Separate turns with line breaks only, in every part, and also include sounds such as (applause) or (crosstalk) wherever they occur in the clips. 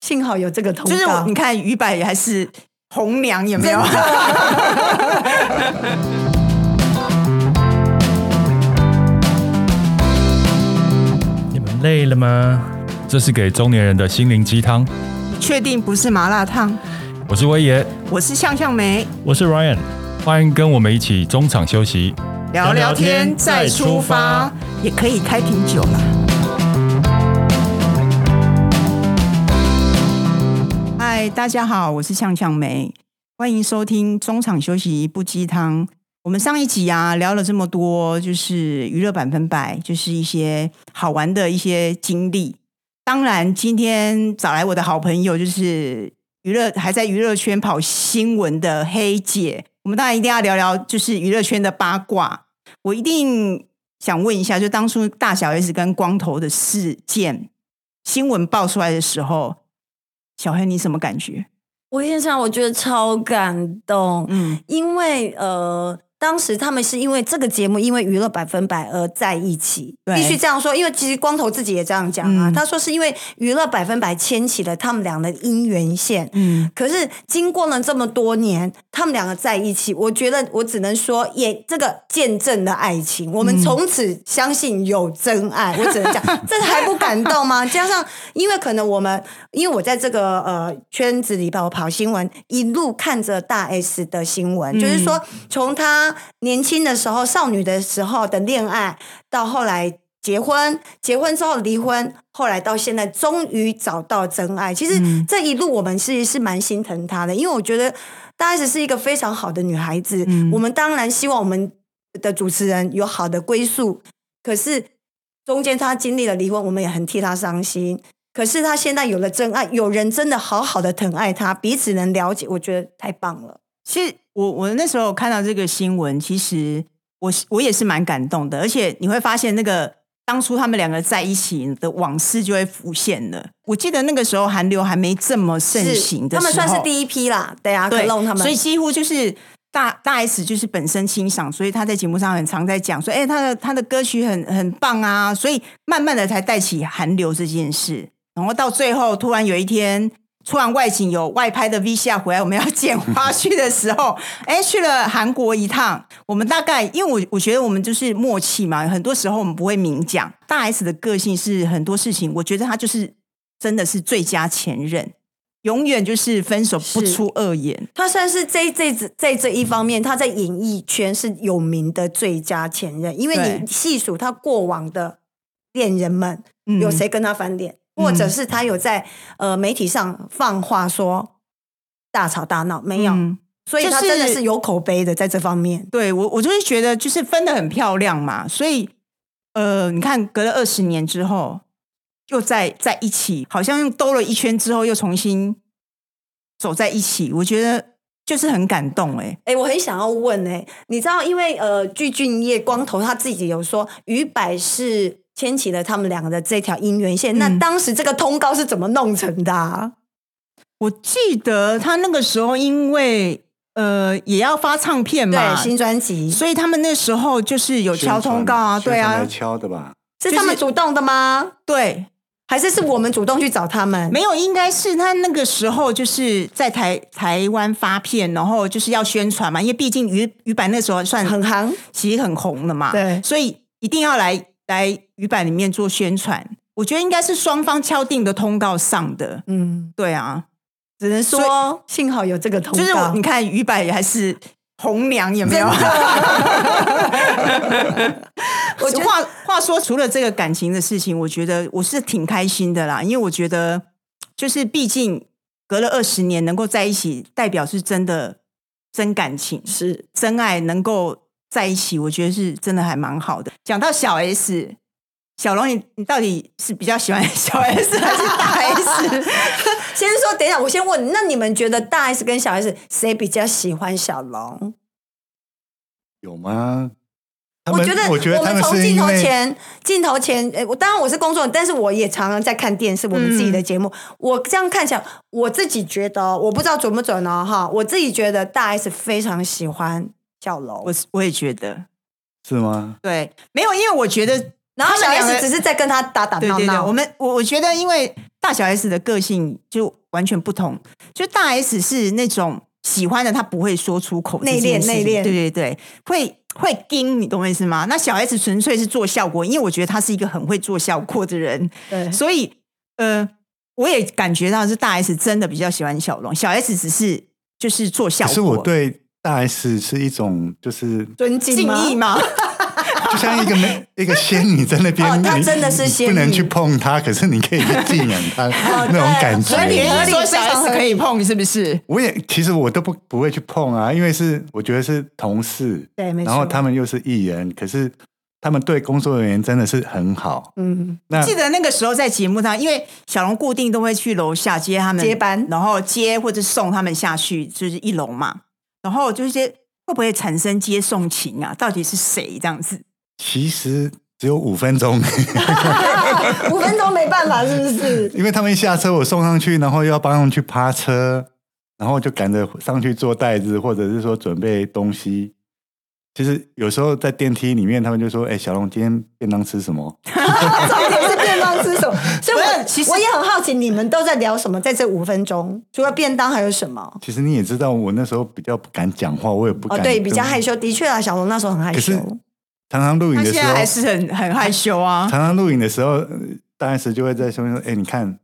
幸好有这个通
就是
道。
你看于百也还是红娘也没有。
你们累了吗？
这是给中年人的心灵鸡汤。
(laughs) 确定不是麻辣烫？
我是威爷，
我是向向梅，
我是 Ryan，
欢迎跟我们一起中场休息。
聊聊
聊
天
天
再
再
出
出
发
发，
也可以开瓶酒了。嗨，大家好，我是向向梅，欢迎收听中场休息不鸡汤。我们上一集啊聊了这么多，就是娱乐百分百，就是一些好玩的一些经历。当然，今天找来我的好朋友，就是娱乐还在娱乐圈跑新闻的黑姐。我们当然一定要聊聊，就是娱乐圈的八卦。我一定想问一下，就当初大小 S 跟光头的事件新闻爆出来的时候，小黑你什么感觉？
我印象我觉得超感动，
嗯
因为呃，当时他们是因为这个节目，因为娱乐百分百而在一起，
对
必须这样说。因为其实光头自己也这样讲啊，
嗯
他说是因为娱乐百分百牵起了他们俩的姻缘线。
嗯，
可是经过了这么多年，他们两个在一起，我觉得我只能说，也这个见证了爱情。我们从此相信有真爱，我只能讲，这还不感动吗？加上，因为可能我们，因为我在这个呃圈子里吧，我跑新闻，一路看着大 S 的新闻，就是说从她年轻的时候、少女的时候的恋爱，到后来结婚，结婚之后离婚，后来到现在终于找到真爱。其实
嗯
这一路我们是是蛮心疼她的，因为我觉得大 S 是一个非常好的女孩子，
嗯
我们当然希望我们的主持人有好的归宿，可是中间她经历了离婚，我们也很替她伤心。可是她现在有了真爱，有人真的好好的疼爱她，彼此能了解，我觉得太棒了。
其实我我那时候看到这个新闻，其实我是我也是蛮感动的，而且你会发现那个当初他们两个在一起的往事就会浮现了。我记得那个时候韩流还没这么盛行
是
的
他
时候，
们算是第一批啦，对啊，可
对
弄他们，
所以几乎就是大大 S 就是本身欣赏，所以他在节目上很常在讲说，哎、他的他的歌曲很很棒啊，所以慢慢的才带起韩流这件事，然后到最后突然有一天。突然外景有外拍的 V 下回来，我们要剪花絮的时候， (laughs) 哎，去了韩国一趟。我们大概因为我我觉得我们就是默契嘛，很多时候我们不会明讲。大 S 的个性是很多事情，我觉得她就是真的是最佳前任，永远就是分手不
是
出恶言。
他算是这这在这一方面，他在演艺圈是有名的最佳前任，因为
对
你细数他过往的恋人们，
嗯
有谁跟他翻脸，或者是他有在呃媒体上放话说大吵大闹，没有，
嗯
所以他
就是
真的是有口碑的，在这方面。
对我，我就是觉得就是分的很漂亮嘛，所以呃，你看隔了二十年之后又在在一起，好像又兜了一圈之后又重新走在一起，我觉得就是很感动哎、
哎、我很想要问哎、你知道，因为呃，具俊晔光头他自己有说，于百是牵起了他们两个的这条姻缘线。那
嗯
当时这个通告是怎么弄成的、啊？
我记得他那个时候因为呃也要发唱片
对，
嘛，
新专辑
所以他们那时候就是有敲通告啊，
宣传
对
宣传来
啊，
敲的吧？
是他们主动的吗？
对，
还是是我们主动去找他们？
没有，应该是他那个时候就是在台台湾发片，然后就是要宣传嘛，因为毕竟于于版那时候算
很行，
其实很红了嘛，
对
所以一定要来来于版里面做宣传。我觉得应该是双方敲定的通告上的，
嗯，
对啊，
只能说幸好有这个通
就是我
告。
你看于版也还是红娘也没有。我
觉得
话话说，除了这个感情的事情，我觉得我是挺开心的啦，因为我觉得就是毕竟隔了二十年能够在一起，代表是真的真感情，是真爱能够在一起，我觉得是真的还蛮好的。讲到小 S。小龙，你你到底是比较喜欢小 S 还是大 S？
(laughs) 先说，等一下，我先问，那你们觉得大 S 跟小 S 谁比较喜欢小龙？
有吗？
他
我
们
觉得，
我觉得他
们
们
从
是
镜
因
头
为
前，镜头前，呃诶我当然我是工作人，但是我也常常在看电视，我们自己的节目。我这样看起来，我自己觉得哦，我不知道准不准哦，哈，我自己觉得大 S 非常喜欢小龙
我，是我也觉得
是吗？
对，没有，因为我觉得
然后小
他们两
S
个
只是在跟他打打
对
啊闹
对对，
闹
我。们我我觉得，因为大小 S 的个性就完全不同，就大 S 是那种喜欢的，她不会说出口这
内敛
件事情，
内敛
对对对，会会盯，你懂我意思吗？那小 S 纯粹是做效果，因为我觉得她是一个很会做效果的人，
对
所以呃，我也感觉到是大 S 真的比较喜欢小龙，小 S 只是就是做效
可
果，
是我对大 S 是一种，就是
尊敬
敬
吗
意嘛，
就像一个没一个仙女在那边，
哦她
你
真的是仙女哦
不能去碰她，可是你可
(laughs)
以去敬仰她那种感
所以你
觉。
合理
说小
非常
S
合理
可以碰，是不是？
我也其实我都不不会去碰啊，因为是我觉得是同事，
对，没错。
然后他们又是艺人，可是他们对工作人员真的是很好。
嗯，
那
记得那个时候在节目上，因为小龙固定都会去楼下接他们
接班
然后接或者送他们下去，就是一楼嘛。然后就是些会不会产生接送情啊？到底是谁这样子？
其实只有五分钟， (laughs)
(laughs) 五分钟没办法，是不 (laughs) 是？
因为他们一下车我送上去，然后又要帮他们去趴车，然后就赶着上去做袋子，或者是说准备东西。其实有时候在电梯里面，他们就说：“哎、小龙，今天便当吃什么？”
重点是便当吃 (laughs) 什么？所以
不
我
是其实
我也很好奇，你们都在聊什么？在这五分钟，除了便当还有什么？
其实你也知道，我那时候比较不敢讲话，我也不
哦，
敢、
对，比较害。羞，的确啊，小龙那时候很害
可
羞
是。常常录影
他
的
现
时
在
候，
还是很很害羞啊
常。常录影的时候，呃大 S 就会在下面说：“哎、你看，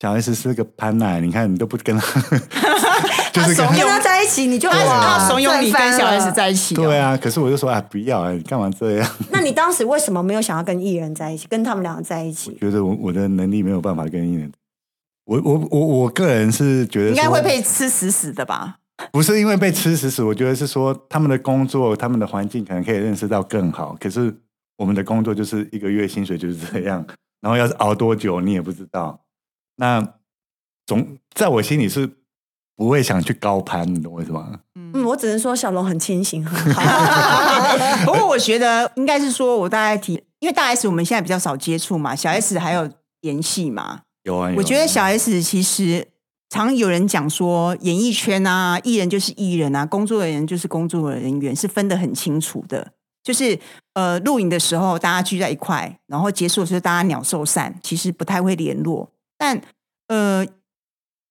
小 S 是个潘奶，你看你都不跟他， (laughs) 就是
跟
他
跟
怂恿
他在一起，你就
他
哇
他怂恿你跟小
赚
S。
翻了
在一起、哦，
啊对啊。”可是我就说：“啊，不要啊，你干嘛这样
那你当时为什么没有想要跟艺人在一起，跟他们两个在一？”起？
觉得我我的能力没有办法跟艺人。我我我我个人是觉得
应该
说
会被吃死死的
(laughs)
吧？
不是因为被吃死死，我觉得是说他们的工作、他们的环境可能可以认识到更好。可是我们的工作就是一个月薪水就是这样，然后要是熬多久你也不知道。那总在我心里是不会想去高攀，你懂我意思吗？
嗯，我只能说小龙很清醒，很
(laughs)
好。
不过我觉得应该是说，我大概提，因为大 S 我们现在比较少接触嘛，小 S 还有联系嘛，
有啊，有啊
我觉得小 S 其实常有人讲说，演艺圈啊，艺人就是艺人啊，工作人员就是工作人员，是分得很清楚的。就是呃，录影的时候大家聚在一块，然后结束的时候大家鸟兽散，其实不太会联络。但呃，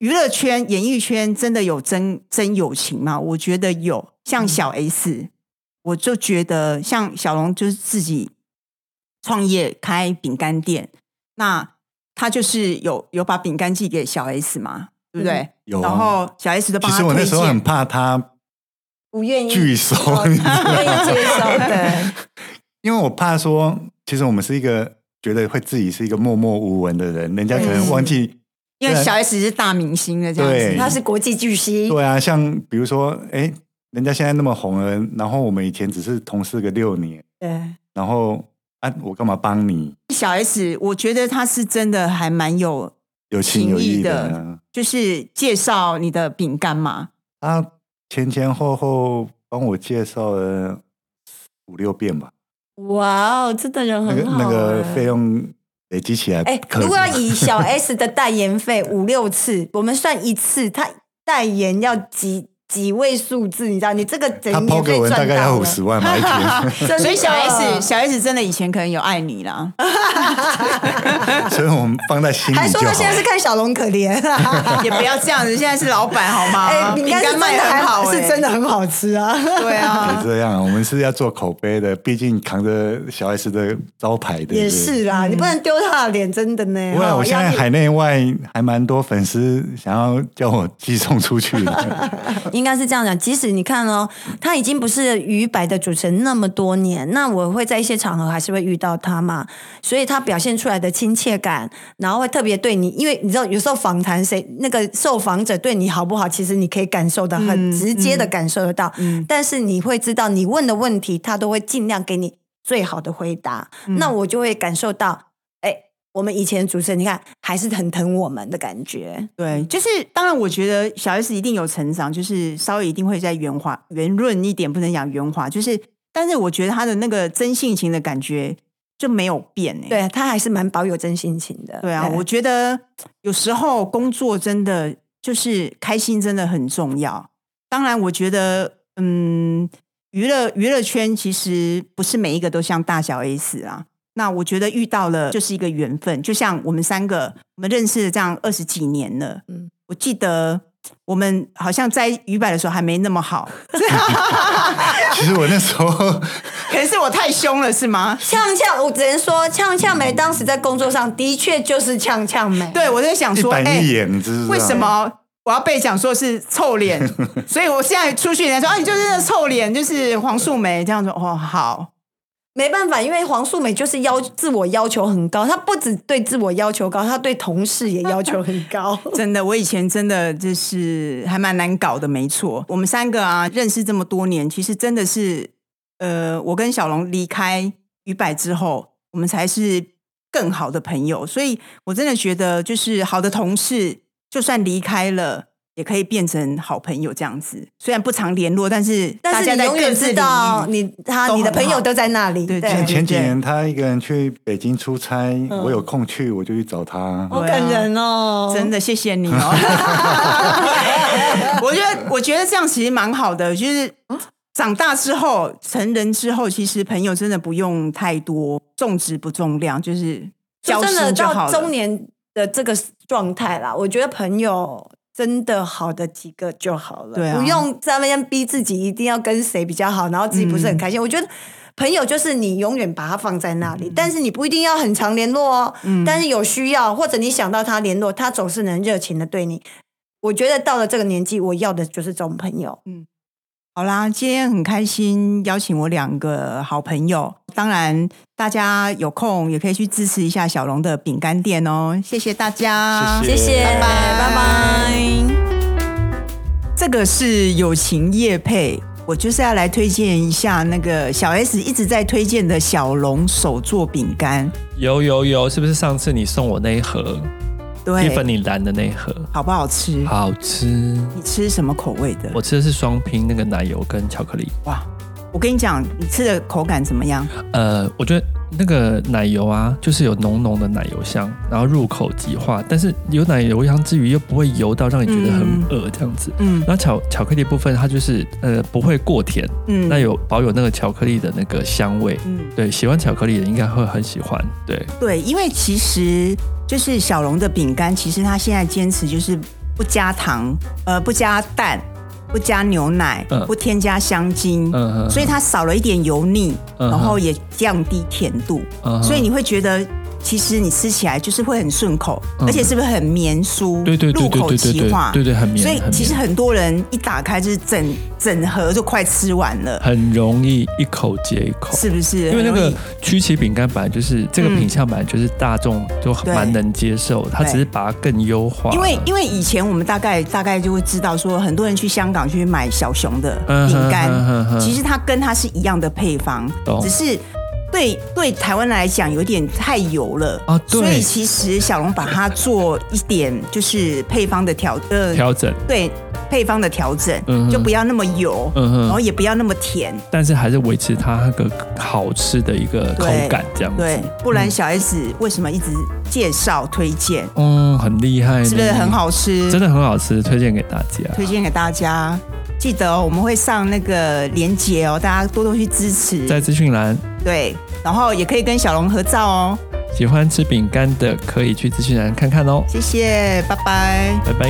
娱乐圈、演艺圈真的有真真友情吗？我觉得有，像小 S，、我就觉得像小龙就是自己创业开饼干店，那他就是有有把饼干寄给小 S 嘛，对不对？
有啊
然后小 S 就
其
帮他
实
推
我
荐。
那时候很怕他
不愿意
(laughs)
拒收，
哦
你知道
不愿意接受的。
对，
因为我怕说，其实我们是一个觉得会自己是一个默默无闻的人，人家可能忘记
因为小 S 是大明星的这样
(laughs) 对
子，
他是国际巨星，
对啊，像比如说，哎，人家现在那么红了，然后我们以前只是同事个六年，
对，
然后啊，我干嘛帮你？
小 S，我觉得他是真的还蛮有，
有情有义
情义
的啊。
就是介绍你的饼干嘛，
他啊前前后后帮我介绍了五六遍吧，
哇哦，真的人
那
很
个
好、欸
那个费。用累积起来，
哎，
可啊
如果要以小 S 的代言
(laughs)
费五六次，我们算一次，他代言要几几位数字，你知道？你这个整
他抛
年
给
费
我大
赚
概
到
要
了
五十万吧一
(laughs)
天，
真的哦
所以小 S 小 S 真的以前可能有爱你啦，
所以我们放在心里
还
就
说
好
他。现在是看小龙可
(laughs)
怜，
也不要这样子，现在是老板好吗？
(laughs) 哎，
饼
饼干是真
干
的
卖得
还
很好、欸
是真
的，
的很好吃啊。
对
别
啊，
这样，我们是要做口碑的，毕竟扛着小 S 的招牌的。
也
对不对
是啦，你不能丢他的脸，真的呢。
嗯不会啊，
哦
我现
压
在
力
海内外还蛮多粉丝想要叫我寄送出去
(laughs)
的。
应该是这样讲，即使你看哦，他已经不是于白的主持人那么多年，那我会在一些场合还是会遇到他嘛，所以他表现出来的亲切感，然后会特别对你，因为你知道有时候访谈谁那个受访者对你好不好，其实你可以感受的很
嗯
直接的感受得到，
嗯
但是你会知道你问的问题，他都会尽量给你最好的回答，
嗯
那我就会感受到，哎，我们以前主持人你看还是很疼我们的感觉，
对，就是当然，我觉得小 S 一定有成长，就是稍微一定会再圆滑、圆润一点，不能讲圆滑，就是，但是我觉得她的那个真性情的感觉就没有变、欸，
对他还是蛮保有真性情的，
对啊，我觉得有时候工作真的就是开心，真的很重要。当然，我觉得，嗯，娱乐娱乐圈其实不是每一个都像大小 S 啊，那我觉得遇到了就是一个缘分，就像我们三个，我们认识了这样二十几年了。
嗯
嗯，我记得我们好像在鱼摆的时候还没那么好， (laughs)
其实我那时候
可能是我太凶了，是吗？
呛呛，我只能说呛呛梅当时在工作上的确就是呛呛梅，
对，我在想
一
说，
板
哎、
一眼，你知不知道？
为什？么？我要被讲说是臭脸，所以我现在出去人家说啊，你就是那臭脸，就是黄素梅这样子。哦，好，
没办法，因为黄素梅就是要自我要求很高，她不只对自我要求高，她对同事也要求很高。
(laughs) 真的，我以前真的就是还蛮难搞的，没错。我们三个啊，认识这么多年，其实真的是，呃，我跟小龙离开鱼百之后，我们才是更好的朋友。所以我真的觉得，就是好的同事，就算离开了。也可以变成好朋友这样子，虽然不常联络，但是大
但是
家
你
在
永远
各自
知道
领域
你他
都很
你的朋友
好
都在那里，
对
像
对嗯
前几年他一个人去北京出差，我有空去我就去找他。
好感人哦，
真
的。
的谢谢
(laughs)
你哦。我觉得我觉得这样其实蛮好的，就是嗯长大之后、成人之后，其实朋友真的不用太多，重质不重量，就是交
就真的
心就好
到中
了。
年的这个状态啦，我觉得朋友真的好的几个就好了，
对啊
不用在那边逼自己一定要跟谁比较好，然后自己不是很
嗯
开心。我觉得朋友就是你永远把他放在那里，但是你不一定要很常联络哦，
嗯
但是有需要或者你想到他联络，他总是能热情的对你。我觉得到了这个年纪，我要的就是这种朋友。
好啦，今天很开心邀请我两个好朋友，当然大家有空也可以去支持一下小龙的饼干店哦，谢谢大家，
谢谢
拜拜拜。
这个是友情夜配，我就是要来推荐一下那个小 S 一直在推荐的小龙手做饼干，
有有有，是不是上次你送我那一盒蒂
对
芬，尼蓝的那一盒？
好不好吃？
好吃，
你吃什么口味的？
我吃的是双拼那个奶油跟巧克力。
哇，我跟你讲，你吃的口感怎么样？
呃，我觉得那个奶油啊，就是有浓浓的奶油香，然后入口即化，但是有奶油香之余又不会油到让你觉得很恶这样子。
嗯
然后巧巧克力部分，它就是呃不会过甜，
嗯
那有保有那个巧克力的那个香味。
嗯，
对，喜欢巧克力的应该会很喜欢。对，
对，因为其实就是小龙的饼干，其实他现在坚持就是不加糖，呃，不加蛋，呃不加牛奶，
嗯
不添加香精，
嗯
所以它少了一点油腻，
嗯哼
然后也降低甜度，
嗯哼
所以你会觉得。其实你吃起来就是会很顺口，
嗯
而且是不是很绵酥？
对对对
入
对
口
对对
即
对
化，
对对，很
所以
绵，很
其实
绵
很多人一打开就是整整盒就快吃完了，
很容易一口接一口。
是不是？
因为那
很容
个
易
曲奇饼干本来就是这个
嗯
品相，本来就是大众就
对
蛮能接受，
嗯
它
对
只是把它更优化。
因为因为以前我们大概大概就会知道说，很多人去香港去买小熊的饼干，
嗯哼哼哼
其实它跟它是一样的配方，
懂
只是对对台湾来讲有点太油了
啊对
所以其实小龙把它做一点就是配方的调呃
调整，
对配方的调整，
嗯哼
就不要那么油，
嗯
然后
哼，
也不要那么甜，
但是还是维持它那个好吃的一个口
对
感这样子。
对，不然小 S 为什么一直介绍推荐，
嗯，很厉害，
是不是很？好吃？
真的很好吃，推荐给大家。
推荐给大家。记得、哦、我们会上那个连结哦，大家多多去支
在
持。
资讯栏，
对，然后也可以跟小龙合照哦。
喜欢吃饼干的可以去资讯栏看看哦。
谢谢，拜拜。
拜拜。